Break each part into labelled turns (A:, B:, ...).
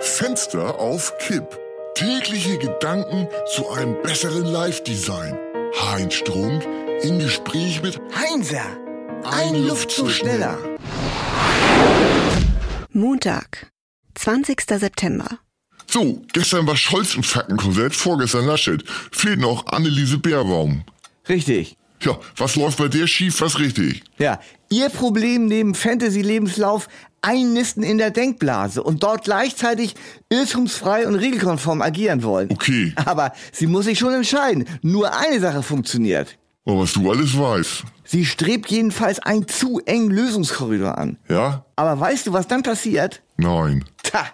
A: Fenster auf Kipp. Tägliche Gedanken zu einem besseren Live-Design. Heinz Strunk im Gespräch mit
B: Heinzer,
A: Ein Luftzug schneller.
C: Montag, 20. September.
A: So, gestern war Scholz im Fackenkonzert, vorgestern Laschet. Fehlt noch Anneliese Bärbaum.
B: Richtig.
A: Ja, was läuft bei der schief, was richtig?
B: Ja, ihr Problem neben Fantasy-Lebenslauf einnisten in der Denkblase und dort gleichzeitig irrtumsfrei und regelkonform agieren wollen.
A: Okay.
B: Aber sie muss sich schon entscheiden. Nur eine Sache funktioniert.
A: Aber was du alles weißt.
B: Sie strebt jedenfalls einen zu engen Lösungskorridor an.
A: Ja?
B: Aber weißt du, was dann passiert?
A: Nein.
B: Tja,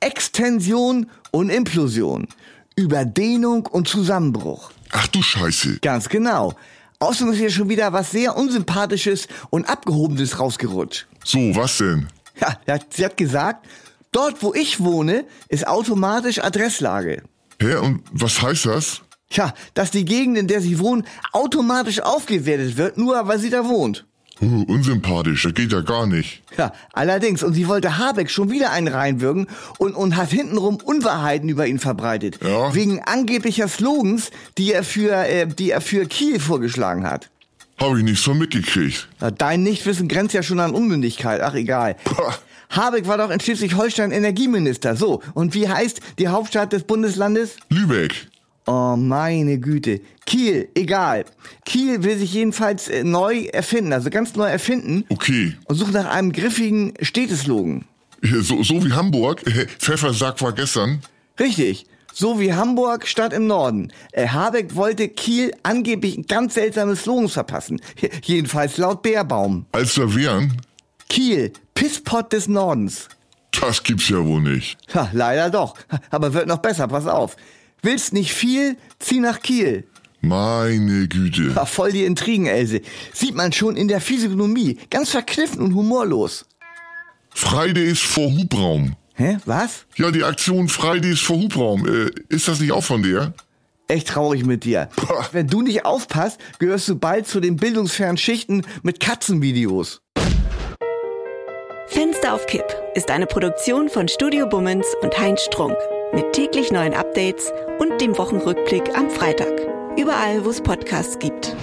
B: Extension und Implosion. Überdehnung und Zusammenbruch.
A: Ach du Scheiße.
B: Ganz genau. Außerdem ist hier schon wieder was sehr Unsympathisches und Abgehobenes rausgerutscht.
A: So, was denn?
B: Ja, ja, sie hat gesagt, dort wo ich wohne, ist automatisch Adresslage.
A: Hä, und was heißt das?
B: Tja, dass die Gegend, in der sie wohnt, automatisch aufgewertet wird, nur weil sie da wohnt.
A: Uh, unsympathisch, das geht ja gar nicht.
B: Ja, allerdings, und sie wollte Habeck schon wieder einen reinwürgen und, und hat hintenrum Unwahrheiten über ihn verbreitet.
A: Ja.
B: Wegen angeblicher Slogans, die er für, äh, die er für Kiel vorgeschlagen hat.
A: Habe ich nichts von mitgekriegt.
B: Na, Dein Nichtwissen grenzt ja schon an Unmündigkeit, ach egal.
A: Pah.
B: Habeck war doch in Schleswig-Holstein Energieminister, so. Und wie heißt die Hauptstadt des Bundeslandes?
A: Lübeck.
B: Oh, meine Güte. Kiel, egal. Kiel will sich jedenfalls äh, neu erfinden, also ganz neu erfinden
A: Okay.
B: und sucht nach einem griffigen Städteslogan.
A: Äh, So, so wie Hamburg. Äh, Pfeffersack war gestern.
B: Richtig. So wie Hamburg, Stadt im Norden. Äh, Habeck wollte Kiel angeblich ein ganz seltsames Slogans verpassen. Jedenfalls laut Bärbaum.
A: Als da wären.
B: Kiel, Pisspot des Nordens.
A: Das gibt's ja wohl nicht.
B: Ha, leider doch. Ha, Aber wird noch besser, pass auf. Willst nicht viel? Zieh nach Kiel.
A: Meine Güte.
B: Ha, voll die Intrigen, Else. Sieht man schon in der Physiognomie. Ganz verkniffen und humorlos.
A: Fridays vor Hubraum.
B: Hä? Was?
A: Ja, die Aktion Fridays vor Hubraum. Äh, ist das nicht auch von der?
B: Echt traurig mit dir.
A: Puh.
B: Wenn du nicht aufpasst, gehörst du bald zu den bildungsfernen Schichten mit Katzenvideos.
C: Fenster auf Kipp ist eine Produktion von Studio Bummens und Heinz Strunk. Mit täglich neuen Updates und dem Wochenrückblick am Freitag. Überall, wo es Podcasts gibt.